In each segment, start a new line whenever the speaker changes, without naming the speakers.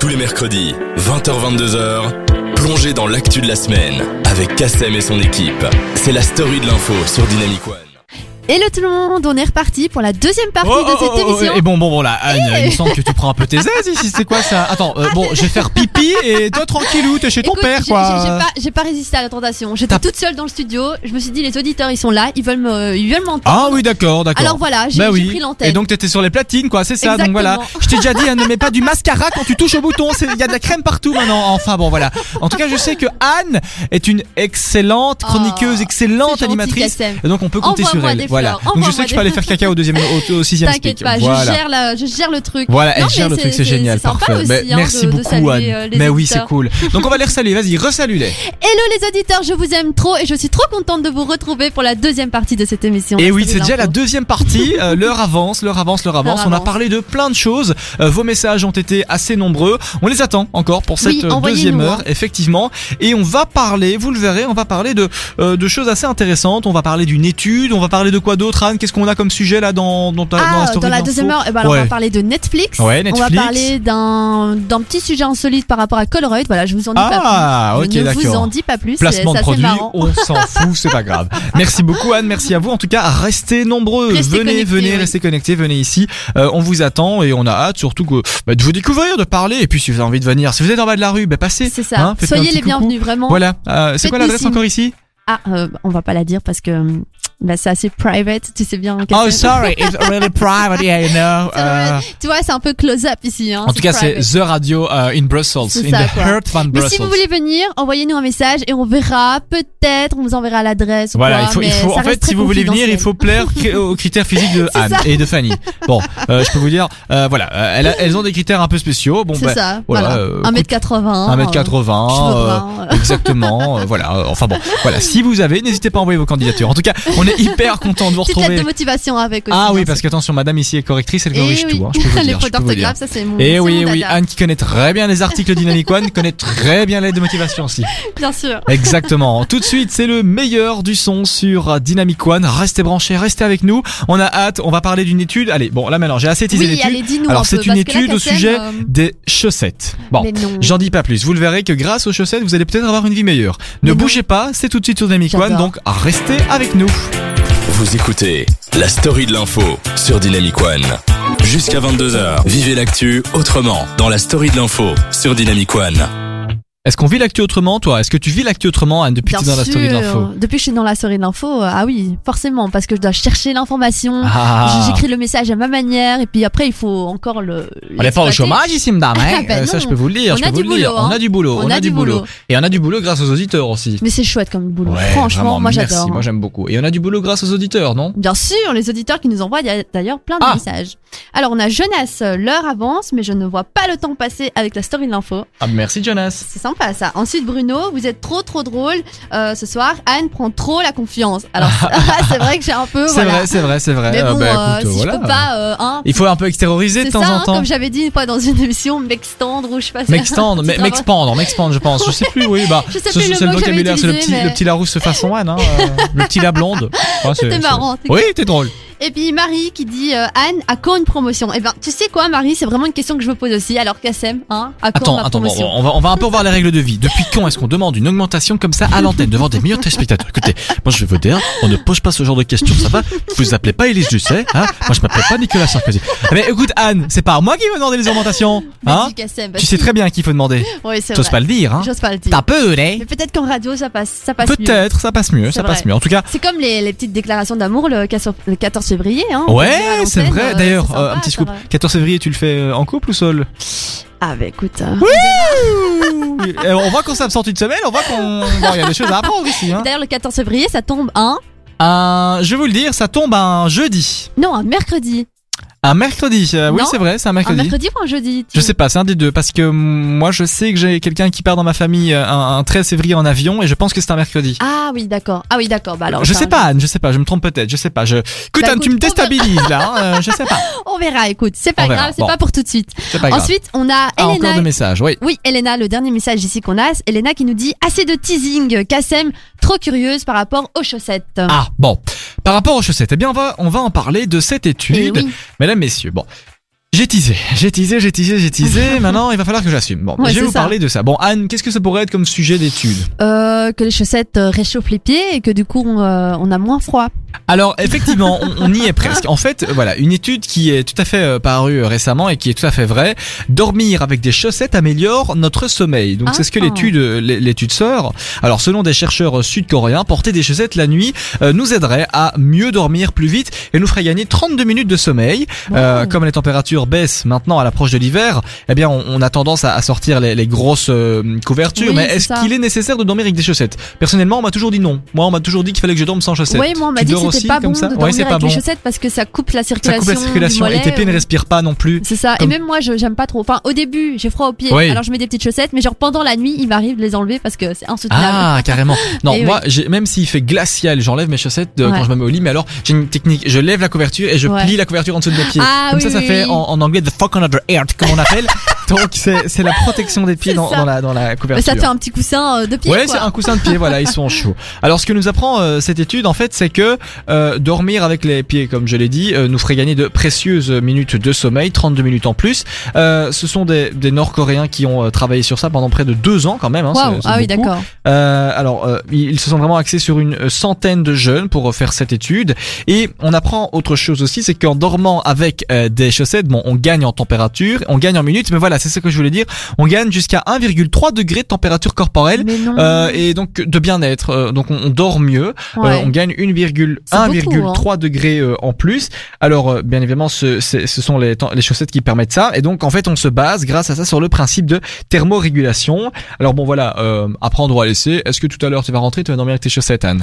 Tous les mercredis, 20h-22h, plongez dans l'actu de la semaine avec Kassem et son équipe. C'est la story de l'info sur Dynamic One.
Hello tout le monde, on est reparti pour la deuxième partie
Oh,
de
oh,
cette
oh, oh,
émission. Eh.
Et bon, bon, bon, là, Anne, il me semble que tu prends un peu tes aises ici, c'est quoi ça Attends, euh, bon, je vais faire pipi et toi, tranquillou, t'es chez ton
Ah, Écoute,
père,
j'ai-
quoi.
j'ai- J'ai pas, j'ai pas résisté à la tentation. J'étais
T'as-
toute seule dans le studio. Je me suis dit, les auditeurs, ils sont là, ils veulent me- ils veulent m'entendre.
Ah oui, d'accord, d'accord.
Alors voilà, j'ai
Bah
j'ai
oui.
pris l'antenne.
Et donc t'étais sur les platines, quoi, c'est ça.
Exactement.
Donc voilà, je t'ai déjà dit, hein, ne mets pas du mascara quand tu touches au bouton. c'est- Il y a de la crème partout maintenant. Enfin bon, voilà. En tout cas, je sais que Anne est une excellente chroniqueuse,
Oh,
excellente
c'est gentil,
animatrice.
Kassem.
Et donc on peut compter sur
Envoie-moi
elle.
des
Voilà.
fleurs,
Donc je
envoie-moi
sais que je
des
peux aller faire caca au deuxième, au, au sixième
T'inquiète
speak.
pas,
Voilà.
je, gère la- je gère le truc.
Voilà,
Non,
elle gère
mais
le truc, c'est génial,
sympa
parfait.
aussi,
Mais
hein,
merci
de- de
beaucoup
saluer, euh,
Anne.
les
Mais oui, c'est
auditeurs.
cool. Donc on va les resaluer, vas-y, resalue-les.
Hello les auditeurs, je vous aime trop et je suis trop contente de vous retrouver pour la deuxième partie de cette émission.
Et
La
oui,
story
c'est
de
déjà la
l'info.
deuxième partie. Euh, l'heure avance, l'heure avance, l'heure avance. On a
avance.
parlé de plein de choses. Euh, vos messages ont été assez nombreux. On les attend encore pour cette
Oui,
euh,
envoyez-nous,
deuxième
hein.
heure, effectivement. Et on va parler, vous le verrez, on va parler de, euh, de choses assez intéressantes. On va parler d'une étude. On va parler de quoi d'autre, Anne Qu'est-ce qu'on a comme sujet là dans, dans, ta, dans la
Ah,
story
dans
de
la
l'info
deuxième heure, eh ben alors, on
Ouais.
va parler de Netflix.
Ouais,
On va
Netflix.
parler d'un d'un petit sujet insolite par rapport à Colruyt. Voilà, je vous en dis pas plus.
Ah,
Je
ok,
ne vous
d'accord.
en dis pas plus.
Placement
c'est
de
assez
produit,
marrant.
on s'en fout, c'est pas grave. Merci beaucoup Anne, merci à vous. En tout cas, restez nombreux,
Restez
venez,
connectés,
venez,
oui.
restez connectés, venez ici. Euh, on vous attend et on a hâte surtout que, bah, de vous découvrir, de parler. Et puis si vous avez envie de venir, si vous êtes en bas de la rue, bah, passez.
C'est ça.
Hein, faites-nous un
Soyez
petit
les
coucou.
bienvenus, vraiment.
Voilà. Euh, c'est
Faites-nous
quoi l'adresse
signe.
encore ici
Ah, euh, on va pas la dire parce que hum, bah, c'est assez private, tu sais bien.
Oh,
Catherine.
sorry, it's really private, yeah, you know.
C'est
Euh,
vrai. Tu vois, c'est un peu close-up ici. Hein,
en tout cas, c'est
private.
The Radio euh, in Brussels,
C'est
in
ça,
the
quoi.
heart van
Mais
Brussels.
si vous voulez venir, envoyez-nous un message et on verra. Peut-être, on vous enverra l'adresse. ou
Voilà,
quoi,
il faut, il
mais
faut-
ça
en
reste
fait,
très
si vous voulez venir, il faut plaire cri- aux critères physiques de
C'est
Anne
ça.
et de Fanny. Bon, euh, je peux vous dire, euh, voilà, euh, elles, elles ont des critères un peu spéciaux. Bon,
confidentiel.
bah,
C'est ça.
voilà,
Voilà.
euh,
1m80.
1m80,
cheveux
euh,
bruns, voilà.
exactement, euh, voilà, euh, enfin bon, voilà, si vous avez, n'hésitez pas à envoyer vos candidatures. En tout cas, on est hyper content de vous
Petite lettre
retrouver.
de motivation avec aussi.
Ah oui, parce qu'attention, madame ici est correctrice, elle
Et
corrige
oui.
tout, hein, je peux vous le
Les
dire, je
fautes
peux vous le dire.
d'orthographe, ça c'est mon.
Et
c'est
oui, eh
mon
oui, ah.
dada.
Anne qui connaît très bien les articles Dynamic One, connaît très bien l'aide de motivation aussi.
Bien sûr.
Exactement. Tout de suite, c'est le meilleur du son sur Dynamic One. Restez branchés, restez avec nous. On a hâte. On va parler d'une étude. Allez, bon, là maintenant, j'ai assez teasé
Oui,
l'étude.
allez, dis-nous.
Alors,
un
c'est
peu,
une
parce que là,
étude au
Kassem,
sujet
euh,
des chaussettes. Bon.
mais non.
J'en dis pas plus. Vous le verrez que grâce aux chaussettes, vous allez peut-être avoir une vie meilleure. Ne
Mais non.
bougez pas, c'est tout de suite sur Dynamic One,
J'adore.
donc restez avec nous.
Vous écoutez la story de l'info sur Dynamic One. Jusqu'à 22h, vivez l'actu autrement dans la story de l'info sur Dynamic One.
Est-ce qu'on vit l'actu autrement, toi Est-ce que tu vis l'actu autrement, Anne, depuis
Bien
que t'es dans la story de
sûr.
l'info
Depuis que je suis dans la story de l'info, euh, ah oui, forcément, parce que je dois chercher l'information.
Ah.
J'écris le message à ma manière, et puis après, il faut encore le.
On n'est pas au
l'exploiter.
chômage ici, madame. hein.
Ah, bah
Euh, ça,
non.
je peux vous le dire.
On
je
a
peux vous
du
le dire.
boulot, hein.
On a du boulot. On, a, du boulot. Et on a du boulot grâce aux auditeurs aussi.
Mais c'est chouette comme boulot.
Ouais,
Franchement,
vraiment,
moi j'adore.
Merci, moi j'aime beaucoup. Et on a du boulot grâce aux auditeurs, non
Bien sûr, les auditeurs qui nous envoient, il y a d'ailleurs plein de
Ah.
messages. Alors, on a Jonas, euh, l'heure avance, mais je ne vois pas le temps passer avec la story de l'info.
Ah, merci Jonas.
C'est sympa ça. Ensuite, Bruno, vous êtes trop trop drôle euh, ce soir. Anne prend trop la confiance. Alors, c'est vrai que j'ai un peu.
C'est
voilà.
vrai, c'est vrai, c'est vrai.
Mais
Euh,
bon,
bah,
euh,
écoute,
si
voilà.
je peux pas, euh, hein,
Il faut un peu extérioriser de
c'est
temps
ça, hein,
en temps.
comme j'avais dit une fois dans une émission, m'extendre ou je sais pas. ça.
M'extendre,
C'est
mais-
pas vrai.
m'expandre, m'expandre, je pense. Je sais plus, oui, bah.
Je sais
ce-
plus le
C'est
mot que j'avais
vocabulaire, c'est le petit,
utilisé, mais-
le petit Larousse façon Anne, hein, euh, le petit la blonde. Ouais, c'est-
C'était
c'est-
marrant. c'est-
Oui, t'es drôle.
Et puis Marie qui dit euh, Anne, à quand une promotion Eh ben, tu sais quoi, Marie, c'est vraiment une question que je me pose aussi. Alors Kassem, hein, à quand
Attends,
ma
attends, bon,
promotion
bon, on, va, on va un peu revoir les règles de vie. Depuis quand est-ce qu'on demande une augmentation comme ça à l'antenne devant des millions de téléspectateurs Écoutez, moi je vais vous dire, on ne pose pas ce genre de questions, ça va Vous vous appelez pas Élise Lucet, hein Moi je m'appelle pas Nicolas Sarkozy. Mais écoute Anne, c'est pas à moi qui vais demander les augmentations,
Bah,
hein
dis, Kassem, bah,
Tu sais
si.
très bien à qui il faut demander.
Oui, c'est
T'oses
vrai.
pas le dire, hein
J'ose pas le dire.
T'as peur, hein
Mais peut-être qu'en radio, ça passe, ça passe mieux.
Peut-être, ça passe mieux,
C'est
ça passe
vrai.
mieux. En tout cas,
C'est comme les, les petites déclarations d'amour le 14 le 14 février. Hein, on les fait à
ouais,
l'antenne,
c'est vrai.
euh,
D'ailleurs,
c'est
euh,
sympa,
un petit
ça
scoop.
va.
14 février, tu le fais euh, en couple ou seul
Ah bah écoute. euh,
Euh, On voit qu'on s'absente une semaine, on voit qu'on. Bon, il y a des choses à apprendre ici, hein
D'ailleurs, le 14 février, ça tombe un.
Un- je vais vous le dire, ça tombe un jeudi.
Non, un mercredi.
Un mercredi, euh, oui
Non,
c'est vrai, c'est un
Un
mercredi.
mercredi ou un jeudi tu-
Je sais pas, c'est un des deux, parce que mm, moi je sais que j'ai quelqu'un qui part dans ma famille euh, un, un 13 février en avion et je pense que c'est un mercredi.
Ah oui, d'accord. Ah oui, d'accord. Bah alors.
je
ça,
sais pas Anne, je sais pas, je me trompe peut-être, je sais pas. Je... Écoute
Bah,
Anne, tu
écoute,
me déstabilises là, hein, euh, je sais pas.
On verra. Écoute, c'est
On
pas
verra,
grave. C'est
bon.
pas pour tout de suite.
C'est pas grave.
Ensuite, on a
Ah, encore
Elena.
deux messages, oui.
Oui, Elena, le dernier message ici qu'on a, c'est Elena qui nous dit assez de teasing. Kassem, trop curieuse par rapport aux chaussettes.
Ah bon, par rapport aux chaussettes, eh bien on va, on va en parler de cette
Et
étude.
oui,
Mesdames, messieurs, bon. J'ai teasé, j'ai teasé, j'ai teasé, j'ai teasé. Maintenant, il va falloir que j'assume. Bon,
Ouais,
je vais
c'est
vous
ça.
parler de ça. Bon, Anne, qu'est-ce que ça pourrait être comme sujet d'étude
Euh, que les chaussettes euh, réchauffent les pieds et que du coup on, euh, on a moins froid.
Alors effectivement, on, on y est presque. En fait, euh, voilà, une étude qui est tout à fait euh, parue euh, récemment et qui est tout à fait vraie. Dormir avec des chaussettes améliore notre sommeil. Donc
Ah.
c'est ce que l'étude euh, l'é- l'étude sort. Alors selon des chercheurs euh, sud-coréens, porter des chaussettes la nuit euh, nous aiderait à mieux dormir plus vite et nous ferait gagner 32 minutes de sommeil. Euh,
Wow.
comme les températures baissent maintenant à l'approche de l'hiver, eh bien on, on a tendance à, à sortir les, les grosses euh, couvertures.
Oui,
Mais
c'est
est-ce
ça.
qu'il est nécessaire de dormir avec des chaussettes Personnellement, on m'a toujours dit non. Moi, on m'a toujours dit qu'il fallait que je dorme sans chaussettes.
Oui, moi on m'a
Tu
dit
dors
que
aussi
c'était pas
comme
bon
ça
de
Ouais,
dormir
c'est pas
avec les
bon.
chaussettes parce que ça coupe la
Ça
circulation.
coupe la circulation
du
et tes
mollet,
pieds ne
euh,
respirent pas non plus.
C'est ça.
Comme-
Et même moi, je j'aime pas trop. Enfin, au début, j'ai froid aux pieds.
Oui.
Alors je mets des petites chaussettes, mais genre pendant la nuit, il m'arrive de les enlever parce que c'est insoutenable.
Ah, carrément. Non,
Et
moi, j'ai- même s'il fait glacial, j'enlève mes chaussettes euh, quand
Eh Ouais.
je me mets au lit, mais alors j'ai une technique. Je lève la couverture et je
Ouais.
plie la couverture en dessous de mes pieds.
Ah,
comme
oui,
ça, ça
oui,
fait
oui.
en, en anglais the fuck on other earth, comme on appelle. Donc, c'est c'est la protection des pieds
C'est
dans,
ça.
dans la, dans la
Mais
couverture.
Euh, ça te fait un petit coussin euh, de pied.
Ouais,
quoi.
c'est un coussin de pied, voilà, ils sont chauds. Alors ce que nous apprend euh, cette étude, en fait, c'est que euh, dormir avec les pieds, comme je l'ai dit, euh, nous ferait gagner de précieuses minutes de sommeil, 32 minutes en plus. Euh, ce sont des, des Nord-Coréens qui ont euh, travaillé sur ça pendant près de deux ans quand même. Hein,
Waouh.
c'est- c'est
Ah oui,
beaucoup.
d'accord.
Euh, alors, euh, ils ils se sont vraiment axés sur une euh, centaine de jeunes pour euh, faire cette étude. Et on apprend autre chose aussi, c'est qu'en dormant avec euh, des chaussettes, bon, on gagne en température, on gagne en minutes, mais voilà, c'est ce que je voulais dire. On gagne jusqu'à 1,3 degré de température corporelle.
Mais non.
Euh, et donc de bien-être. Euh, donc on, on dort mieux, Euh,
Mmh. Ouais.
on gagne 1,1,
C'est beaucoup, hein.
1,3 degrés euh, en plus. Alors euh, bien évidemment, ce, c'est- ce sont les, temps- les chaussettes qui permettent ça. Et donc en fait, on se base grâce à ça sur le principe de thermorégulation. Alors bon voilà, euh, apprendre ou à laisser. Est-ce que tout à l'heure tu vas rentrer, tu vas dormir avec tes chaussettes, Anne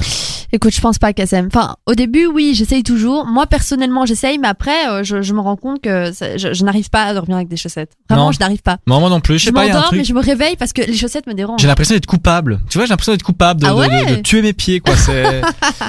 Écoute, je pense pas, Kassem. Enfin, au début, oui, j'essaye toujours. Moi, personnellement, j'essaye, mais après, euh, je, je me rends compte que ça- je, je n'arrive pas à dormir avec des chaussettes. Vraiment,
Non.
je n'arrive pas.
Non, moi non plus. Je
Je
sais pas, il y a un
m'endors,
truc.
mais je me réveille parce que les chaussettes me dérangent.
J'ai l'impression d'être coupable. Tu vois, j'ai l'impression d'être coupable de,
Ah
de- de-
ouais
de tuer mes pieds, quoi. C'est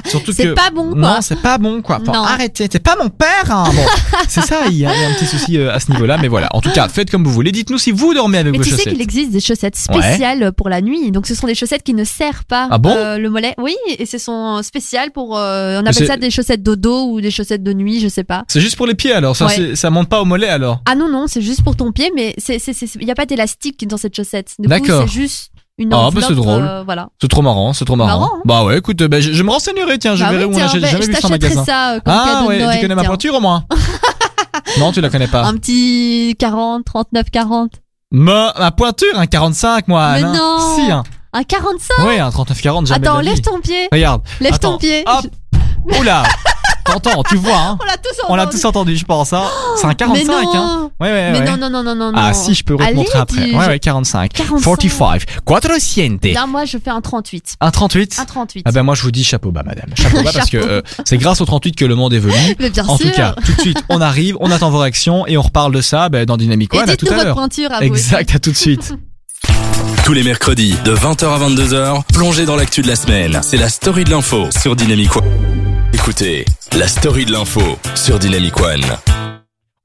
surtout
C'est
que
pas bon, quoi.
Non, c'est pas bon quoi. Enfin,
Non.
arrêtez, t'es pas mon père. hein. Bon, c'est ça, il y, a, il y a un petit souci euh, à ce niveau-là, mais voilà. En tout cas, faites comme vous voulez. Dites-nous si vous dormez avec
mais
vos
tu sais
chaussettes.
qu'il existe des chaussettes spéciales euh, pour la nuit. Donc, ce sont des chaussettes qui ne serrent pas
Ah bon
euh, le mollet. Oui, et ce sont spéciales pour. euh, on
c'est-
appelle ça des chaussettes dodo ou des chaussettes de nuit, je sais pas.
C'est juste pour les pieds alors. Ça,
Ouais.
c'est- ça monte pas au mollet alors.
Ah non, non, c'est juste pour ton pied, mais c'est- c'est- c'est- il n'y a pas d'élastique dans cette chaussette. Du coup,
D'accord.
c'est juste une
Ah,
enveloppe.
bah, c'est drôle.
euh, voilà.
C'est trop marrant, c'est trop marrant.
Marrant, hein.
Bah ouais, écoute, euh, bah, je, je me renseignerai. Tiens, je
Bah
verrai
oui,
où on
tiens,
achète.
bah,
J'ai jamais
je
vu ça en
t'achèterai
magasin.
ça euh, comme
Ah
cadeau
ouais,
de Noël,
tu connais ma
tiens.
Ah.
Ah,
pointure au moins. non, tu la connais pas.
Un petit 40, 39, 40.
Ma, ma pointure, un 45 moi.
Mais
Anne, hein.
non.
Si, hein.
Un 45
Ouais, un 39-40, jamais. de
Attends,
la vie.
lève ton pied
Regarde.
Lève
Attends,
ton pied
Hop. Oula. T'entends, tu vois, hein.
On l'a tous
On l'a
entendu. Oh,
tous entendu, je pense. Hein. C'est un 45,
Mais non
hein. Ouais, ouais,
Mais
ouais.
non, non, non, non, non,
Ah
non.
si, je peux te
Allez,
montrer après.
dis-
Ouais,
je-
ouais, 45.
45.
45. 400.
Là, moi, je fais un 38.
Un 38.
Un 38.
Ah ben moi je vous dis chapeau bas madame. Chapeau bas parce que
Chapeau. Ah,
euh, c'est grâce au 38 que le monde est venu.
Mais bien
En
sûr.
tout cas, tout de suite, on arrive, on attend vos réactions et on reparle de ça ben, dans Dynamic
Et
One à tout
dites-nous
à
votre
l'heure.
pointure à vous.
Exact, à tout de suite.
Tous les mercredis, de 20h à 22h, plongez dans l'actu de la semaine. C'est la story de l'info sur Dynamic One. Écoutez, la story de l'info sur Dynamic One.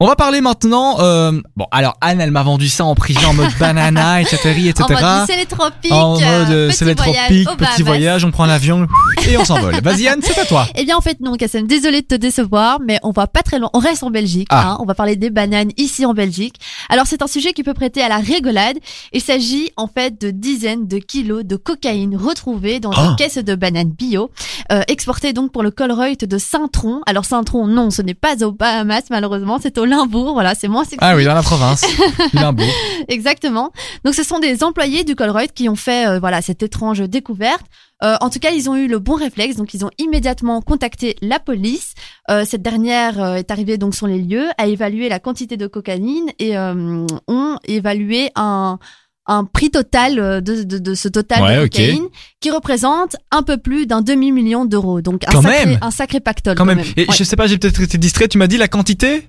On va parler maintenant. euh, bon alors Anne, elle m'a vendu ça en privé en mode banana, etc., etc.
En mode, c'est les tropiques.
En mode
euh,
euh,
petit
c'est les
voyage bah,
tropiques,
aux Bahamas.
petit voyage, on prend l'avion et on s'envole. Vas-y Anne, c'est à toi.
Eh bien, en fait, non, Kassem, désolé de te décevoir, mais on va pas très loin. On reste en Belgique.
Ah.
hein. on va parler des bananes ici en Belgique. Alors, c'est un sujet qui peut prêter à la rigolade. Il s'agit, en fait, de dizaines de kilos de cocaïne retrouvés dans
Ah.
des caisses de bananes bio, euh, exportées donc pour le Colreuth de Saint-Tron. Alors, Saint-Tron, non, ce n'est pas au Bahamas, malheureusement, c'est au Limbourg. Voilà, c'est moins sexy.
Ah oui, dans la province, du Limbourg.
Exactement. Donc ce sont des employés du Colruyt qui ont fait euh, voilà cette étrange découverte. Euh, en tout cas, ils ont eu le bon réflexe, donc ils ont immédiatement contacté la police. Euh, cette dernière euh, est arrivée donc sur les lieux, a évalué la quantité de cocaïne et euh, ont évalué un un prix total euh, de, de, de ce total
Ouais,
de
ok.
cocaïne qui représente un peu plus d'un demi million d'euros. Donc un
Quand
sacré
même
un sacré pactole
Quand même. Et
Ouais.
je sais pas, j'ai peut-être été distrait. Tu m'as dit la quantité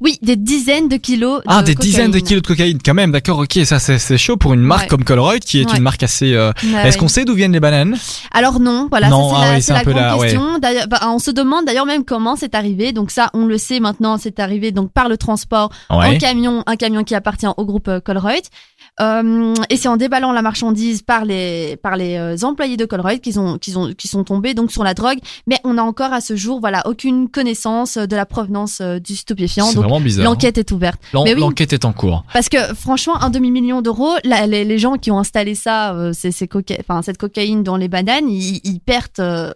Oui, des dizaines de kilos.
Ah,
de
des dizaines de
cocaïne.
kilos de cocaïne. Quand même, d'accord, ok. Ça, c'est c'est chaud pour une marque
Ouais.
comme Colruyt, qui est
Ouais.
une marque assez. euh,
Ouais,
Est-ce
ouais.
qu'on sait d'où viennent les bananes
Alors non, voilà, ça,
Non,
c'est
ah
la,
ouais,
c'est
c'est un
la
peu
grande
la- ouais.
question. D'ailleurs, bah, on se demande d'ailleurs même comment c'est arrivé. Donc ça, on le sait maintenant, c'est arrivé donc par le transport en camion, un camion qui appartient au groupe euh, Colruyt. Euh, et c'est en déballant la marchandise par les par les euh, employés de Colruyt qu'ils ont qu'ils ont qui sont tombés donc sur la drogue. Mais on a encore à ce jour voilà aucune connaissance euh, de la provenance euh, du stupéfiant. maintenant.
C'est
Donc,
vraiment bizarre. hein.
l'enquête est ouverte.
L'en-
mais oui.
L'enquête est en cours.
Parce que franchement, un demi-million d'euros, là, les, les gens qui ont installé ça, euh, ces- ces coca- enfin, cette cocaïne dans les bananes, ils, ils perdent euh,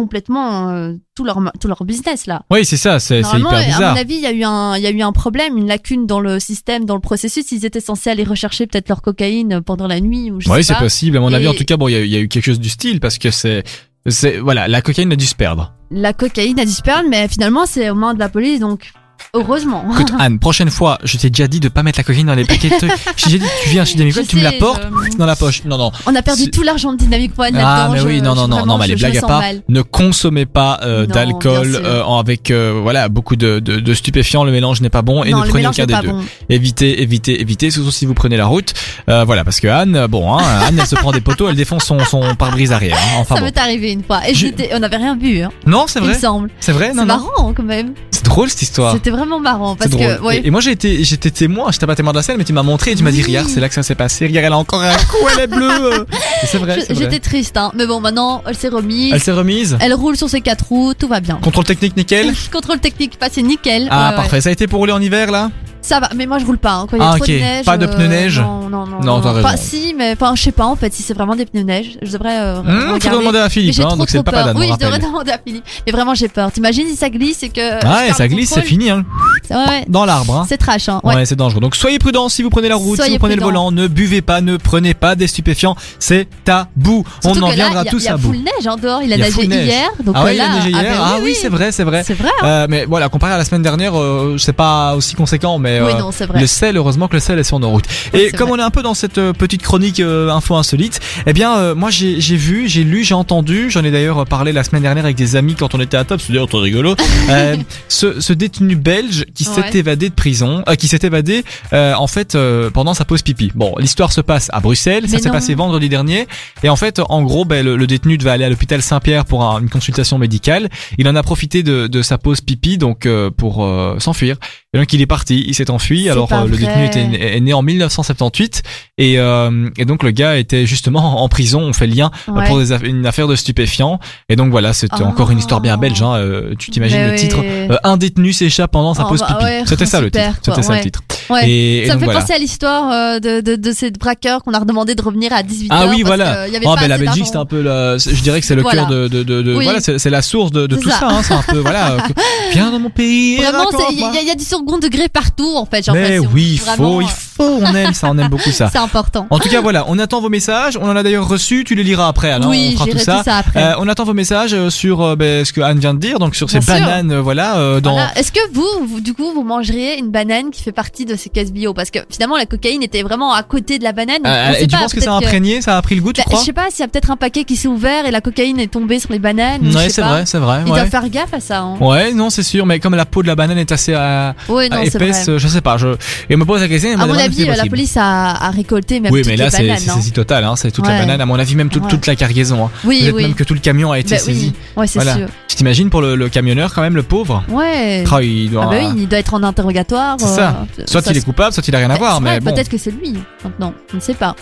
complètement euh, tout, leur, ma- tout leur business là.
Oui, c'est ça, c'est c'est
Normalement,
hyper
à
bizarre.
mon avis, il y, a eu un- il y a eu un problème, une lacune dans le système, dans le processus. Ils étaient censés aller rechercher peut-être leur cocaïne euh, pendant la nuit ou je
Oui,
sais
c'est
pas.
possible. À mon avis,
Et-
en tout cas, bon, il y, a eu- il y a eu quelque chose du style parce que c'est, c'est, voilà, la cocaïne a dû se perdre.
La cocaïne a disparu, mais finalement, c'est aux mains de la police, donc heureusement.
Écoute, Anne, prochaine fois, je t'ai déjà dit de pas mettre la cocaïne dans les paquets de trucs. Je t'ai déjà dit, tu viens chez Damico,
Je
tu me la
sais,
portes
je- euh,
dans la poche. Non, non.
On a perdu
C'est-
tout l'argent de Dynamic One
Ah,
là-dedans.
mais
Je-
oui, non,
je-
non, non,
vraiment,
non, mais
je-
les
je
blagues
le
à
sens
part,
mal.
ne consommez pas euh,
Non,
d'alcool
bien sûr.
euh, en- avec, euh, voilà, beaucoup de, de, de stupéfiants. Le mélange n'est pas bon et
non,
ne
le
prenez
mélange
aucun
n'est
des
pas
deux.
bon.
Évitez, évitez, évitez, surtout si vous prenez la route. Euh, voilà, parce que Anne, euh, bon, hein, Anne, elle se prend des poteaux, elle défonce son, son pare-brise arrière. hein. Enfin
ça
bon.
m'est arrivé une fois. Et je
Je-
n'étais- on n'avait rien bu, hein,
Non, c'est
il me
vrai,
semble.
c'est vrai,
C'est
non, non.
marrant quand même.
C'est drôle cette histoire.
C'était vraiment marrant parce
C'est drôle.
que ouais,
Et, et moi j'ai été, j'étais témoin, j'étais pas témoin de la scène, mais tu m'as montré et tu m'as dit
Oui.
regarde, c'est là que ça s'est passé. Regarde, elle a encore un coup, elle est bleue. Et c'est vrai.
je-
c'est vrai.
j'étais triste. Hein. Mais bon, maintenant, elle s'est remise.
Elle s'est remise.
Elle roule sur ses quatre roues, tout va bien.
Contrôle technique nickel.
Contrôle technique passé nickel.
Ah
Ouais, ouais.
parfait. Ça a été pour rouler en hiver là.
Ça va, mais moi je roule pas. hein. Quand il y a
Ah,
trop
ok.
de neige.
Pas de
euh,
pneus neige
Non, non, non.
Non, t'as raison.
Enfin, si, mais enfin, je sais pas en fait si c'est vraiment des pneus neige. Je devrais. Euh,
Hum, faut
regarder.
demander à
Mais
Philippe.
j'ai
hein,
trop,
donc c'est
trop
papa
peur.
Dan, on
Oui, je
rappelle.
devrais demander à Philippe. Mais vraiment, j'ai peur. T'imagines si ça glisse et que. euh, je
Ah et
perds
ça
le
glisse, c'est
contrôle
fini hein.
Ouais, ouais.
Dans l'arbre. hein.
C'est trash, hein.
Ouais, c'est dangereux. Donc soyez prudents si vous prenez la route, si
Soyez
vous prenez le
prudents.
volant, ne buvez pas, ne prenez pas des stupéfiants, c'est tabou.
Surtout
on en
que là,
viendra
il y a-
tous à bout.
Il y a full neige hein, dehors, il a,
Il y a
nagé
full neige.
hier, donc
ah ouais,
euh,
il y a
là,
neigé
ah
hier.
ben
Ah
oui,
oui, c'est vrai, c'est vrai.
c'est vrai.
Euh, mais voilà, comparé à la semaine dernière, euh, c'est pas aussi conséquent, mais
Oui,
euh,
non, c'est vrai.
le sel, heureusement que le sel est sur nos routes.
Oui,
Et
c'est
comme on est un peu dans cette euh, petite chronique euh, info insolite, eh bien, euh, moi j'ai j'ai vu, j'ai lu, j'ai entendu, j'en ai d'ailleurs parlé la semaine dernière avec des amis quand on était à top, c'est d'ailleurs trop rigolo, euh, ce, ce détenu belge qui s'est
Ouais.
évadé de prison, euh, qui s'est évadé euh, en fait euh, pendant sa pause pipi. Bon, l'histoire se passe à Bruxelles, ça
Mais
s'est
non.
passé vendredi dernier, et en fait, en gros, ben, le, le détenu devait aller à l'hôpital Saint-Pierre pour un- une consultation médicale. Il en a profité de, de sa pause pipi donc euh, pour euh, s'enfuir. Et donc il est parti, il s'est enfui.
C'est
Alors
pas
euh, le
vrai.
détenu était, né- est né en 1978 et, euh, et donc le gars était justement en prison. On fait le lien euh,
Ouais.
pour des aff- une affaire de stupéfiants. Et donc voilà, c'était
Ah.
encore une histoire bien belge. Hein, euh, tu t'imagines
Mais
le
Bah oui.
titre Euh, Un détenu s'échappe pendant sa
Oh,
pause
bah
pipi.
ouais,
C'était ça le
super,
titre.
quoi,
C'était ça
ouais.
le titre.
Ouais.
Euh, Et, et
ça me
donc
fait
voilà.
penser à l'histoire euh, de, de, de ces braqueurs qu'on a redemandé de revenir à 18h.
Ah oui,
parce
voilà.
que euh, il y avait
Oh,
pas
ben, la
assez
Belgique, c'est
d'argent.
un peu la, c'est- je dirais que c'est le
Voilà.
cœur de, de, de, de-
Oui.
voilà, c'est c'est la source de, de
C'est
tout
ça.
ça. hein, c'est un peu, voilà, euh, que- viens dans mon pays.
Vraiment, c'est- il y,
raconte-moi.
a- il y a du second degré partout en fait. j'ai
Mais
l'impression.
oui, il
Vraiment,
faut, Oh, il
euh,
faut, on aime ça, on aime beaucoup ça.
C'est important.
En tout cas, voilà, on attend vos messages. On en a d'ailleurs reçu, tu les liras après. Alors,
oui,
bah on fera
j'irai
tout ça.
après.
Euh, on attend vos messages euh, sur euh, ben, ce que Anne vient de dire, donc sur ces
Bien sûr.
bananes, euh, voilà, euh, dans.
Voilà. Est-ce que vous, vous, du coup, vous mangeriez une banane qui fait partie de ces caisses bio Parce que finalement, la cocaïne était vraiment à côté de la banane. donc on
Euh,
sait
et tu
pas,
penses que
peut-être
ça a imprégné, ça a pris le goût, tu
Bah, je
crois
sais pas s'il y a peut-être un paquet qui s'est ouvert et la cocaïne est tombée sur les bananes. je sais
Ouais, c'est
pas.
vrai, c'est vrai.
Ils
ouais.
doivent faire gaffe à ça. Hein.
Ouais, non, c'est sûr, mais comme la peau de la banane est assez euh,
Ouais, non, c'est vrai.
épaisse, euh, je sais pas. Je... Et on me pose la question. et on me
À mon
demande si
avis,
c'est
euh, la
possible.
police a, a récolté même
Oui,
toutes
mais
les
là, c'est
bananes.
c'est
hein.
saisi total, hein, c'est toute
Ouais.
la banane. À mon avis, même tout-
Ouais.
toute la cargaison. Hein.
Oui,
Peut-être
oui.
même que tout le camion a été
Bah
saisi.
oui. Ouais, c'est
Voilà.
sûr.
Tu t'imagines pour le, le camionneur, quand même, le pauvre
Ouais.
Ah, il doit.
Ah bah oui, il doit être en interrogatoire.
C'est ça.
euh,
Soit
ça
il est
se-
coupable, soit il a rien à
Bah,
voir,
c'est
mais
vrai,
bon.
Peut-être que c'est lui maintenant. On ne sait pas.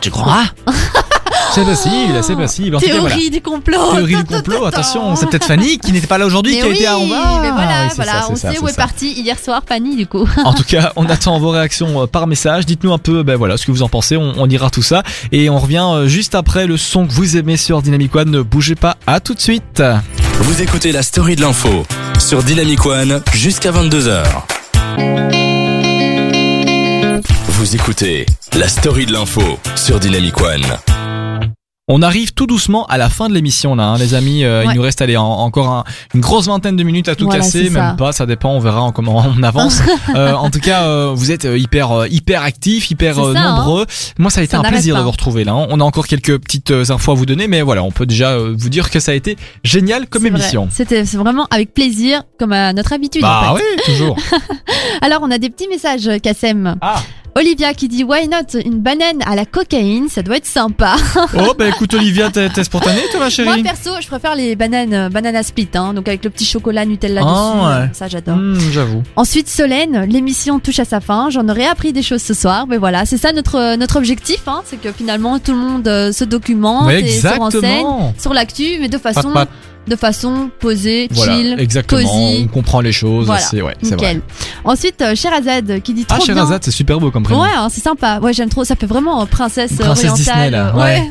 Tu crois C'est possible, c'est possible. En tout cas,
Théorie Oh,
voilà.
du complot.
Théorie du complot, attention, c'est peut-être Fanny qui n'était pas là aujourd'hui,
Mais
qui a
oui,
été à Roma.
mais voilà,
Oui, c'est
voilà,
ça, c'est
on
ça,
sait
c'est
où est
ça.
partie hier soir Fanny du coup.
En tout cas, on attend vos réactions euh, par message. Dites-nous un peu, ben voilà, ce que vous en pensez. On, on lira tout ça et on revient euh, juste après le son que vous aimez sur Dynamic One. Ne bougez pas. À tout de suite.
Vous écoutez la story de l'info sur Dynamic One jusqu'à 22h. Vous écoutez la story de l'info sur Dynamic One.
On arrive tout doucement à la fin de l'émission là, hein, les amis. Euh,
Ouais.
Il nous reste allez, en- encore un- une grosse vingtaine de minutes à tout
Voilà,
casser,
c'est ça.
même pas. Ça dépend, on verra en comment on avance. Euh, en tout cas, euh, vous êtes euh, hyper euh, hyper actifs, hyper
C'est
euh,
ça, hein.
nombreux. Moi, ça a été
Ça
un
n'arrête
plaisir
pas.
de vous retrouver là. hein. On a encore quelques petites euh, infos à vous donner, mais voilà, on peut déjà euh, vous dire que ça a été génial comme
C'est vrai.
émission.
C'était c'est vraiment avec plaisir, comme à notre habitude. en fait.
Bah oui, toujours.
Alors, on a des petits messages, Kassem.
Ah.
Olivia qui dit Why not une banane à la cocaïne Ça doit être sympa.
Oh bah écoute Olivia, t'es t'es spontanée toi ma
Moi,
chérie.
perso, je préfère les bananes, euh, banana split, hein, donc avec le petit chocolat Nutella
Ah,
dessus. euh,
ouais.
Ça, j'adore.
Hmm, J'avoue.
Ensuite, Solène, l'émission touche à sa fin. J'en aurais appris des choses ce soir, mais voilà, c'est ça notre, euh, notre objectif hein, c'est que finalement, tout le monde euh, se documente
Ouais,
et se renseigne
exactement.
sur l'actu, mais de façon.
Pat, pat.
de façon posée,
Voilà,
chill,
exactement.
cosy.
On comprend les choses.
Voilà,
C'est ouais, c'est vrai.
Nickel. Ensuite, euh, Sherazade qui dit
Ah,
trop bien.
Sherazade, c'est super beau comme prénom.
Ouais, hein, c'est sympa. Ouais, j'aime trop. Ça fait vraiment euh, princesse, euh,
Princesse Disney,
orientale.
là.
euh, ouais.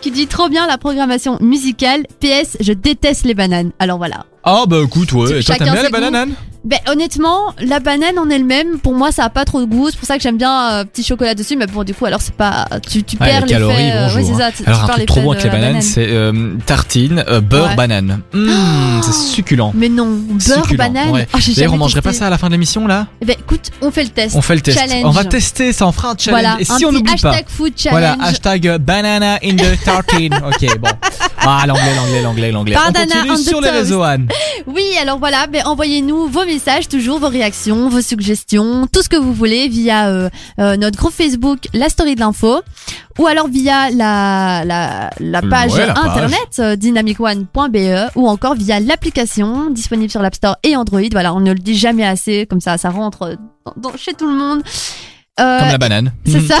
qui dit trop bien la programmation musicale. PS, je déteste les bananes. Alors voilà.
Ah bah écoute, ouais.
C'est-
Et toi,
chacun
t'aimes bien
ses
les
goûts.
bananes Anne
Ben honnêtement, la banane en elle-même, pour moi, ça a pas trop de goût. C'est pour ça que j'aime bien euh, petit chocolat dessus. Mais bon, du coup, alors c'est pas. Tu, tu
Ah,
perds l'effet,
les calories,
euh,
bonjour,
ouais, c'est
hein.
ça, tu- tu
Alors un
perds
truc trop
l'effet
bon
de
avec les
la
bananes,
banane.
c'est euh, tartine, euh, beurre,
Ouais.
banane. Mmh, c'est succulent.
Mais non, beurre,
Succulent,
banane.
ouais.
Ah, j'ai
D'ailleurs, on
jamais
mangerait pas
testé.
ça à la fin de l'émission là
Eh Ben écoute, on fait le test.
On fait le test.
Challenge.
On va tester ça, on fera un challenge.
Voilà,
Et
un
si on
petit
n'oublie pas
hashtag food
Voilà,
challenge.
hashtag euh, banana in the tartine. ok, bon. Ah, l'anglais, l'anglais, l'anglais, l'anglais. On
Banana on
continue
the
sur les
toast.
réseaux, Anne.
Oui, alors voilà, ben envoyez-nous vos messages, toujours vos réactions, vos suggestions, tout ce que vous voulez via euh, euh, notre groupe Facebook, la story de l'info, ou alors via la, la, la page
Ouais, la page.
internet euh, dynamicone.be ou encore via l'application disponible sur l'App Store et Android. Voilà, on ne le dit jamais assez, comme ça, ça rentre euh, dans- dans- chez tout le monde. Euh,
Comme la banane.
c'est
Mhm.
ça.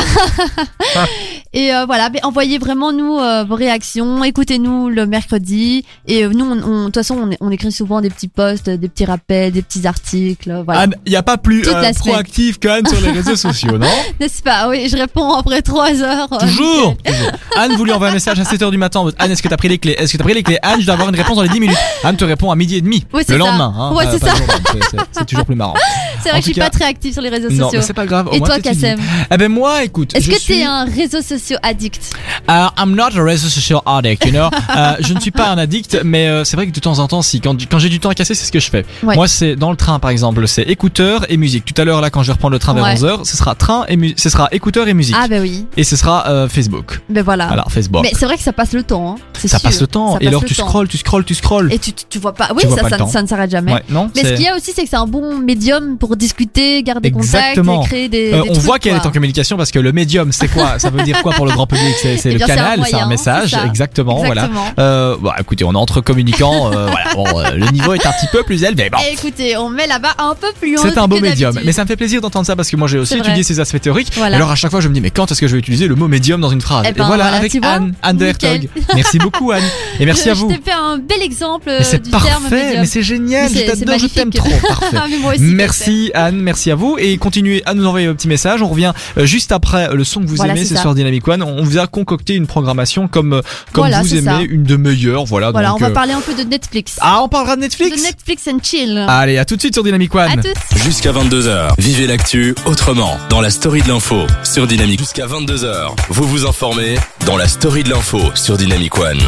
Ah.
et euh, voilà, mais envoyez vraiment nous euh, vos réactions, écoutez-nous le mercredi. Et euh, nous, on- on- de toute façon, on, on écrit souvent des petits posts, des petits rappels, des petits articles, euh, voilà.
Anne, il n'y a pas plus
Toute la
euh,
semaine.
proactive qu'Anne sur les réseaux sociaux, non
N'est-ce pas Oui, je réponds après trois heures. euh,
Toujours, toujours. Anne vous lui envoie un message à 7h du matin. en mode, Anne, est-ce que t'as pris les clés Est-ce que t'as pris les clés Anne, je dois avoir une réponse dans les 10 minutes. Anne te répond à midi et demi.
Oui, c'est
le
ça.
lendemain. hein,
Ouais,
pas-
c'est
pas le jour même, c'est- c'est- C'est toujours plus marrant.
C'est
En
vrai que je suis
tout
pas
cas-
très active sur les réseaux
Non, mais
sociaux.
c'est pas grave. au
Et
moins,
toi,
t'es fini.
Kassem
Eh ben moi, écoute.
Est-ce
je
que
suis-
t'es un réseau social addict
Uh, I'm not a réseau social addict, you know. Euh, je ne suis pas un addict, mais euh, c'est vrai que de temps en temps, si quand, quand j'ai du temps à casser, c'est ce que je fais.
Ouais.
Moi, c'est dans le train, par exemple, c'est écouteurs et musique. Tout à l'heure, là, quand je vais reprendre le train vers
Ouais.
11 h ce sera train et mu- ce sera écouteurs et musique,
Ah ben oui,
et ce sera euh, Facebook.
ben voilà.
Alors Facebook.
Mais c'est vrai que ça passe le temps. hein, c'est
ça
sûr.
passe le temps.
Ça
et
passe
alors,
le
tu
temps.
scrolles, tu scrolles, tu scrolles.
Et tu, tu, tu vois pas. Oui,
Tu vois
ça,
pas le
ça,
temps.
ça ne s'arrête jamais.
Ouais, non.
Mais
c'est-
ce qu'il y a aussi, c'est que c'est un bon médium pour discuter, garder
Exactement.
contact et créer des.
Euh,
des
on
trucs,
voit qu'elle
quoi.
est en communication parce que le médium, c'est quoi Ça veut dire quoi pour le grand public C'est c'est
Eh
le
bien, c'est un
canal, c'est
moyen,
un message,
c'est ça.
exactement. Voilà.
Exactement.
Euh, bah, écoutez, on est entre communicants. euh, voilà, bon, euh, le niveau est un petit peu plus élevé. Bon.
Et écoutez, on met là-bas un peu plus haut.
C'est un
que
beau médium,
d'habitude.
mais ça me fait plaisir d'entendre ça parce que moi j'ai aussi
C'est
étudié
vrai.
ces aspects théoriques.
Voilà.
Alors à chaque fois je me dis mais quand est-ce que je vais utiliser le mot médium dans une phrase
Eh ben,
Et voilà,
voilà,
avec
tu vois,
Anne, Anne de Hertog.
nickel.
Merci beaucoup Anne et merci
Je-
à vous.
Je t'ai fait un bel exemple euh,
Mais c'est
du terme
parfait,
médium.
mais c'est génial,
Mais
je
c'est- c'est
t'adore, je t'aime trop.
magnifique.
Parfait.
Ah, mais moi aussi, parfait.
Merci Anne, merci à vous et continuez à nous envoyer vos petits messages. On revient euh, juste après euh, le son que vous
Voilà,
aimez
c'est
ce
ça.
soir Dynamic One. On vous a concocté une programmation comme euh, comme
Voilà,
vous
c'est
aimez,
ça.
une de meilleures. Voilà.
Voilà,
donc,
on va
euh,
parler un peu de Netflix.
Ah, on parlera de
de
Netflix.
Netflix and chill.
Allez, à tout de suite sur Dynamic One.
à tous.
Jusqu'à 22h, vivez l'actu autrement dans la story de l'info sur Dynamique. Jusqu'à 22h, vous vous informez dans la story de l'info sur Dynamic One.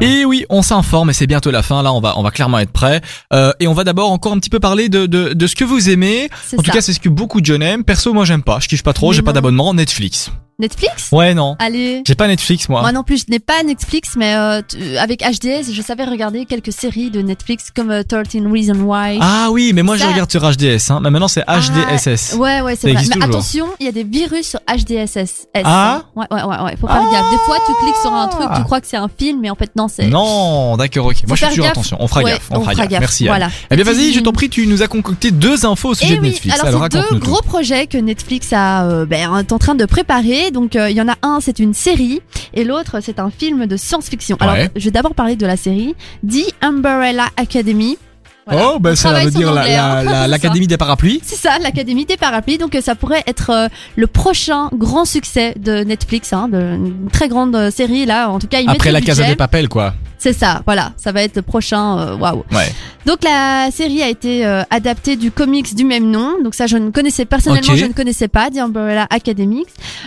Et oui, on s'informe et c'est bientôt la fin. Là, on va, on va clairement être prêt. Euh, et on va d'abord encore un petit peu parler de, de, de ce que vous aimez.
C'est
En tout
ça.
cas, c'est ce que beaucoup de jeunes aiment. Perso, moi, j'aime pas. Je kiffe pas trop.
Mais
J'ai pas
non.
d'abonnement Netflix.
Netflix
Ouais, non.
Allez.
J'ai pas Netflix, moi.
Moi non plus, je n'ai pas Netflix, mais euh, tu- avec HDS, je savais regarder quelques séries de Netflix comme euh, 13 Reasons Why.
ah oui, mais moi, je
Ça. Ah,
regarde sur HDS. Hein. Mais maintenant, c'est HDSS.
Ouais, ouais,
Ça
c'est vrai.
existe
Mais
toujours.
attention, il y a des virus sur HDSS.
Ah
Ouais, ouais, ouais, ouais. Faut faire gaffe. Des fois, tu cliques sur un truc, tu crois que c'est un film, mais en fait, non, c'est.
non, d'accord, ok. Moi, je
faire
fais toujours
gaffe.
attention. On fera
Ouais,
gaffe. On, fera gaffe. Merci. Anne.
Voilà.
Eh bien, vas-y, je t'en prie, tu nous as concocté deux infos au sujet
Et
de
oui,
Netflix.
alors c'est deux
raconte-nous tout.
gros projets que Netflix a, euh, ben, est en train de préparer. Donc euh, il y en a un, c'est une série, et l'autre, c'est un film de science-fiction. Alors
Ouais.
je vais d'abord parler de la série, The Umbrella Academy. Voilà.
Oh, ben, ça
travaille
veut
son
dire la-
anglais,
la-
hein.
la-
C'est
l'Académie des parapluies.
C'est ça, l'Académie des parapluies. Donc euh, ça pourrait être euh, le prochain grand succès de Netflix, hein, de, une très grande euh, série là. En tout cas, ils
Après
mettent
la
le
Casa des
budget.
Papel, quoi.
C'est ça, voilà, ça va être le prochain. euh, Waouh.
Ouais.
Donc la série a été euh, adaptée du comics du même nom. Donc ça, je ne connaissais personnellement,
Ok.
je ne connaissais pas The Umbrella Academics.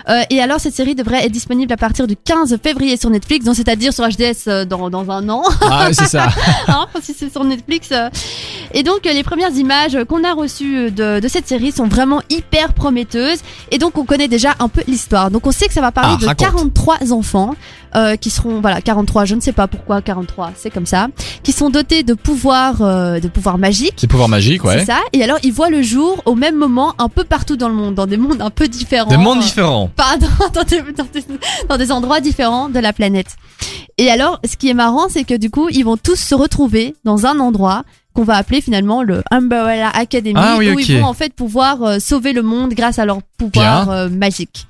Euh, et alors cette série devrait être disponible à partir du 15 février sur Netflix, donc c'est-à-dire sur HDS euh, dans, dans un an,
Ah, c'est ça.
hein, si c'est sur Netflix. euh. Et donc euh, les premières images euh, qu'on a reçues euh, de, de cette série sont vraiment hyper prometteuses. Et donc on connaît déjà un peu l'histoire. Donc on sait que ça va parler
Ah,
de
raconte.
43 enfants euh, qui seront voilà 43, je ne sais pas pourquoi 43, c'est comme ça, qui sont dotés de pouvoirs euh, de pouvoirs magiques.
C'est pouvoir magique, ouais.
C'est ça. Et alors, ils voient le jour au même moment un peu partout dans le monde, dans des mondes un peu différents.
Des mondes
Euh,
différents.
Pas dans, dans des, dans des- dans des endroits différents de la planète. Et alors, ce qui est marrant, c'est que du coup, ils vont tous se retrouver dans un endroit qu'on va appeler finalement le Umbrella Academy,
Ah oui,
où
ok.
ils vont en fait pouvoir euh, sauver le monde grâce à leur pouvoir euh, magique.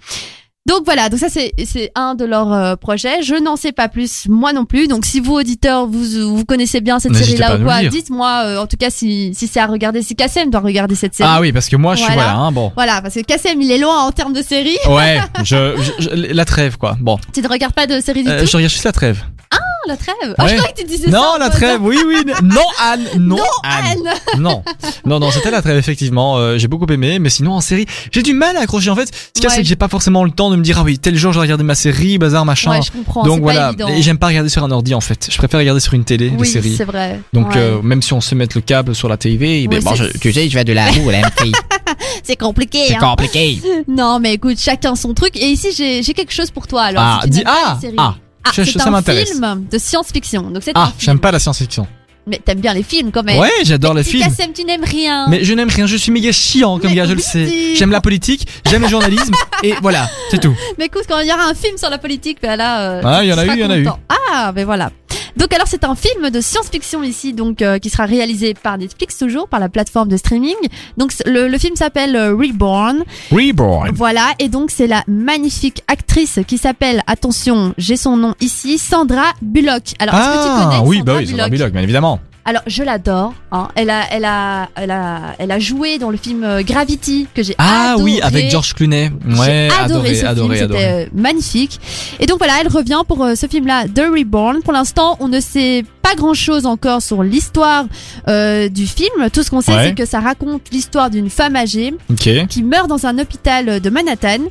Donc voilà, donc ça c'est c'est un de leurs euh, projets. Je n'en sais pas plus, moi non plus. Donc si vous auditeurs vous vous connaissez bien cette
N'hésitez
série
pas à
là ou
nous le
quoi,
dire.
dites-moi euh, en tout cas si si c'est à regarder, si Kassem doit regarder cette série.
Ah oui, parce que moi, je suis
Voilà.
voilà, hein, bon.
Voilà, parce que Kassem il est loin en termes de série.
Ouais, je, je- je- la trêve, quoi. Bon,
Tu ne regardes pas de série du
Euh,
tout.
je regarde juste la trêve.
Ah, la trêve. Ah, je
Ouais.
croyais que tu disais ça.
Non,
en
la
mode- Ah,
trêve, oui, oui. Non, Anne, non,
Non,
Anne.
Anne.
Non, non, non, c'était la trêve, effectivement. euh, j'ai beaucoup aimé, mais sinon, en série, j'ai du mal à accrocher. En fait, ce qu'il y a,
Ouais.
c'est que j'ai pas forcément le temps de me dire, ah oui, tel jour, je vais regarder ma série, bazar, machin.
Ouais, je comprends.
Donc
c'est
voilà,
Pas évident.
et j'aime pas regarder sur un ordi en fait. Je préfère regarder sur une télé les
oui,
séries.
c'est vrai.
Donc
Ouais.
euh, même si on se met le câble sur la TV,
Oui,
ben bon,
c'est-
je- tu sais, je vais de la roue, la MTI.
c'est compliqué.
C'est
hein.
compliqué.
Non, mais écoute, chacun son truc. Et ici, j'ai j'ai quelque chose pour toi. Alors,
Ah,
si tu
dis
n'aimes pas
ah,
les séries.
ah,
Ah,
je-
c'est
ça
un
m'intéresse.
film de science-fiction. Donc c'est un
ah,
film.
j'aime pas la science-fiction.
Mais t'aimes bien les films quand même.
Ouais, j'adore les
Si
films.
Kassem, tu n'aimes rien.
Mais je n'aime rien, je suis méga chiant comme
Mais
gars, je le
oui.
sais. J'aime la politique, j'aime le journalisme, et voilà, c'est tout.
Mais écoute, quand il y aura un film sur la politique, ben là. euh,
Ah, il y
tu
en a
seras
eu, il y en a eu.
content. Ah, ben voilà. Donc alors c'est un film de science-fiction ici, donc euh, qui sera réalisé par Netflix toujours, par la plateforme de streaming. Donc c- le, le film s'appelle euh, Reborn.
Reborn.
Voilà, et donc c'est la magnifique actrice qui s'appelle, attention, j'ai son nom ici, Sandra Bullock. Alors est-ce que tu
Ah,
connais
oui,
Sandra
bah oui, Sandra Bullock, bien évidemment.
Alors je l'adore. hein. Elle a, elle a, elle a, elle a joué dans le film euh, Gravity que j'ai
Ah
adoré.
oui, avec George Clooney.
J'ai
Ouais,
adoré,
adoré,
ce
adoré,
film,
adoré.
c'était euh, magnifique. Et donc voilà, elle revient pour euh, ce film-là, The Reborn. Pour l'instant, on ne sait pas grand-chose encore sur l'histoire euh, du film. Tout ce qu'on sait,
Ouais.
c'est que ça raconte l'histoire d'une femme âgée
Ok.
qui meurt dans un hôpital euh, de Manhattan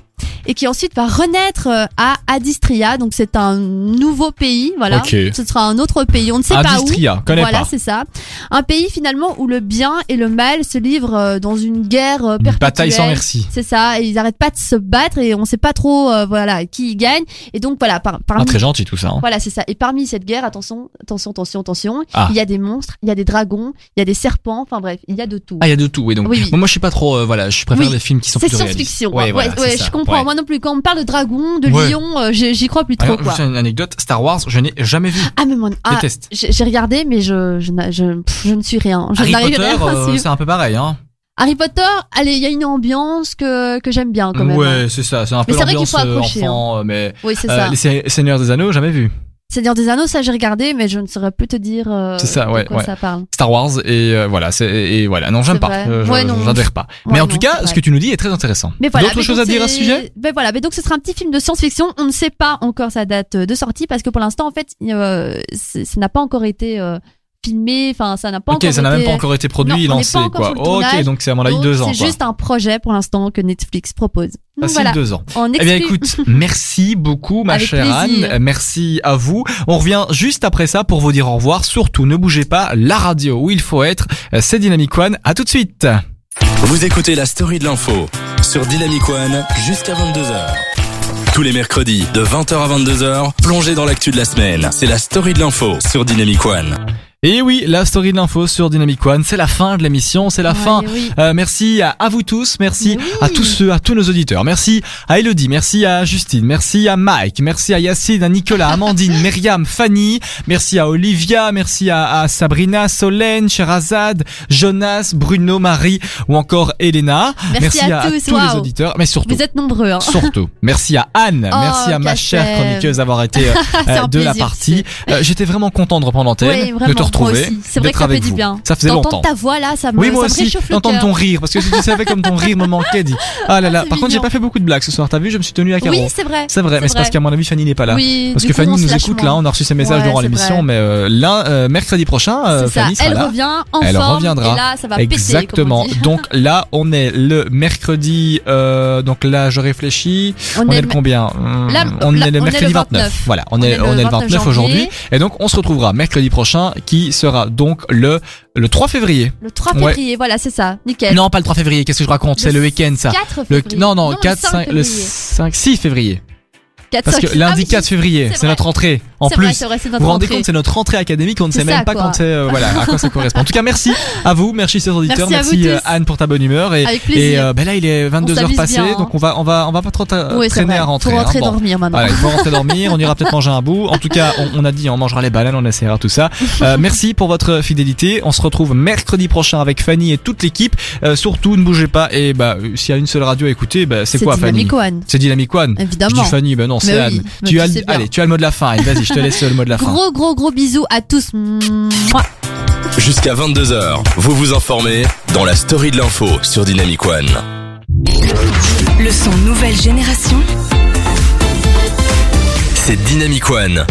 et qui ensuite va renaître euh, à Adistria. Donc c'est un nouveau pays, voilà.
Ok.
Ce sera un autre pays, on ne sait pas où.
Industria, connais
voilà,
pas.
c'est ça. Un pays finalement où le bien et le mal se livrent euh, dans une guerre euh,
Une
perpétuelle.
bataille sans merci.
C'est ça, et ils arrêtent pas de se battre et on sait pas trop euh, voilà qui y gagne. Et donc voilà, par, parmi
Pas très gentil tout ça. hein.
voilà, c'est ça. Et parmi cette guerre, attention, attention, attention, attention,
Ah.
il y a des monstres, il y a des dragons, il y a des serpents, enfin bref, il y a de tout.
Ah, il y a de tout, oui. Donc,
Oui, oui.
Bon, moi, je suis pas trop, euh, voilà, je préfère
Oui.
les films qui sont
c'est
plus réalistes.
science-fiction.
Ouais,
quoi.
voilà,
ouais,
c'est ça.
je comprends.
Ouais. Ah,
Moi non plus, quand on me parle de dragon, de
Ouais.
lion, euh, j'ai- j'y crois plus trop.
Alors,
Quoi.
juste une anecdote, Star Wars, je n'ai jamais vu.
Ah mais mon, ah,
Déteste.
j'ai j'ai regardé, mais je, je, n'a- je, pff, je ne suis rien. Je
Harry
n'arrive
Potter,
rien à
euh,
suivre.
c'est un peu pareil, hein.
Harry Potter, allez, il y a une ambiance que que j'aime bien quand même. hein.
Ouais, c'est ça, c'est un peu
c'est vrai qu'il
l'ambiance
faut
euh,
accrocher,
enfant, euh, mais
Oui, c'est
euh,
ça.
les Se- Seigneurs des Anneaux, jamais vu.
Seigneur des Anneaux, ça j'ai regardé, mais je ne saurais plus te dire euh,
C'est ça, ouais,
de quoi
ouais.
ça parle.
Star Wars et euh, voilà, c'est et et voilà, non, j'aime
C'est
pas,
vrai.
Euh, je-
Ouais, non.
j'adhère pas.
Ouais,
mais en
non,
tout cas,
c'est
ce que tu nous dis est très intéressant.
Mais voilà.
D'autres
mais
choses
donc
à dire à
c'est-
ce sujet
Ben voilà, mais donc ce sera un petit film de science-fiction. On ne sait pas encore sa date euh, de sortie parce que pour l'instant, en fait, euh, c'est- ça n'a pas encore été euh, filmé. Enfin, ça n'a pas
Ok,
encore
ça n'a même
été-
pas encore été produit,
Non, on n'est pas
lancé,
encore
quoi.
sur le
Ok,
tournage.
donc c'est à mon avis
Donc,
deux ans.
C'est
quoi. Ah,
juste un projet pour l'instant que Netflix propose. Donc
Facile
voilà,
deux ans.
on
Eh bien
explique.
écoute, merci beaucoup ma
Avec
chère
plaisir.
Anne, merci à vous. On revient juste après ça pour vous dire au revoir. Surtout ne bougez pas, la radio où il faut être, c'est Dynamic One. À tout de suite.
Vous écoutez la story de l'info sur Dynamic One jusqu'à 22h. Tous les mercredis de 20h à 22h, plongez dans l'actu de la semaine. C'est la story de l'info sur Dynamic One.
Et oui, la story de l'info sur Dynamic One, c'est la fin de l'émission, c'est la
Ouais,
fin.
oui.
Euh, merci à, à vous tous, merci
Mais oui.
à tous ceux, à tous nos auditeurs, merci à Elodie, merci à Justine, merci à Mike, merci à Yacine, à Nicolas, Amandine, Myriam, Fanny, merci à Olivia, merci à, à Sabrina, Solène, Sherazade, Jonas, Bruno, Marie ou encore Elena.
Merci à tous,
les
waouh.
auditeurs, mais surtout.
Vous êtes nombreux. Hein.
Surtout, merci à Anne,
Oh,
merci à ma chère
Kassem.
chroniqueuse d'avoir été euh,
C'est un
euh, de la
plaisir,
partie. Euh, J'étais vraiment content de reprendre
Oui,
l'antenne,
vraiment,
de te
moi
retrouver,
aussi. C'est vrai
d'être
que ça
avec
fait du
vous.
bien.
Ça faisait longtemps.
D'entendre ta voix là, ça me,
Oui, moi
ça me
aussi,
réchauffe le
d'entendre
cœur.
ton rire, parce que si tu savais comme ton rire me manquait, dit. Ah là là,
C'est
par contre, j'ai
mignon.
pas fait beaucoup de blagues ce soir, t'as vu, je me suis tenu à carreau.
Oui, c'est vrai.
c'est vrai, mais c'est parce qu'à mon avis, Fanny n'est pas là.
Oui,
parce
du
que
coup, on
Fanny
se
nous
lâche
écoute
moins.
là, on a reçu ses messages
Ouais,
durant
c'est
l'émission,
vrai.
mais euh, l'un- euh, mercredi prochain, euh,
C'est ça.
Fanny sera
Elle
là.
revient en
Elle
forme,
reviendra.
Et là, ça va
Exactement.
péter.
donc là, on est le mercredi. euh, donc là, je réfléchis.
comme
On,
on dit.
est le combien Hum,
là,
On
là,
est le
on est
mercredi
le
29.
29.
Voilà, on, est, on est le 29 aujourd'hui.
janvier.
Et donc, on se retrouvera mercredi prochain, qui sera donc le le 3 février.
Le 3
Ouais.
février, voilà, c'est ça. Nickel.
Non, pas le 3 février. Qu'est-ce que je raconte C'est le week-end, ça.
4
Le,
février.
non, non, 4,
5
5, le
février.
5, 6 février.
4,
Parce
5.
que lundi 4 février,
C'est
c'est
vrai.
notre entrée. En
C'est vrai,
plus,
c'est vrai, c'est
vous
notre
vous rendez
entrée.
compte, c'est notre entrée académique, on ne
C'est
sait même
ça,
pas
quoi.
quand c'est, euh, voilà, à quoi ça correspond. En tout cas, merci à vous, merci chers auditeurs,
Merci à vous
euh,
tous.
Anne pour ta bonne humeur et,
Avec
et
plaisir.
euh, ben là il est 22 h
s'amuse
passées,
bien, hein.
donc on va on va on va pas trop ta-
Ouais, c'est
traîner
vrai.
à rentrer.
Pour
hein.
rentrer
Bon.
dormir maintenant.
Voilà, il faut rentrer dormir, on ira peut-être manger un bout. En tout cas, on, on a dit, on mangera les bananes, on essaiera tout ça. Euh, merci pour votre fidélité. On se retrouve mercredi prochain avec Fanny et toute l'équipe. Euh, surtout, ne bougez pas. Et bah, s'il y a une seule radio à écouter, bah, c'est quoi, Fanny
Dynamic One,
C'est Dynamic One. Je
évidemment.
dis Fanny, ben non, c'est
Mais
Anne.
oui, mais
tu
tu
as,
sais
le,
bien.
allez, tu as le mot de la fin. Allez, vas-y, je te laisse le mot de la fin.
Gros, gros, gros bisous à tous. Mouah.
Jusqu'à 22h, vous vous informez dans la story de l'info sur Dynamic One.
Le son nouvelle génération
C'est Dynamic One.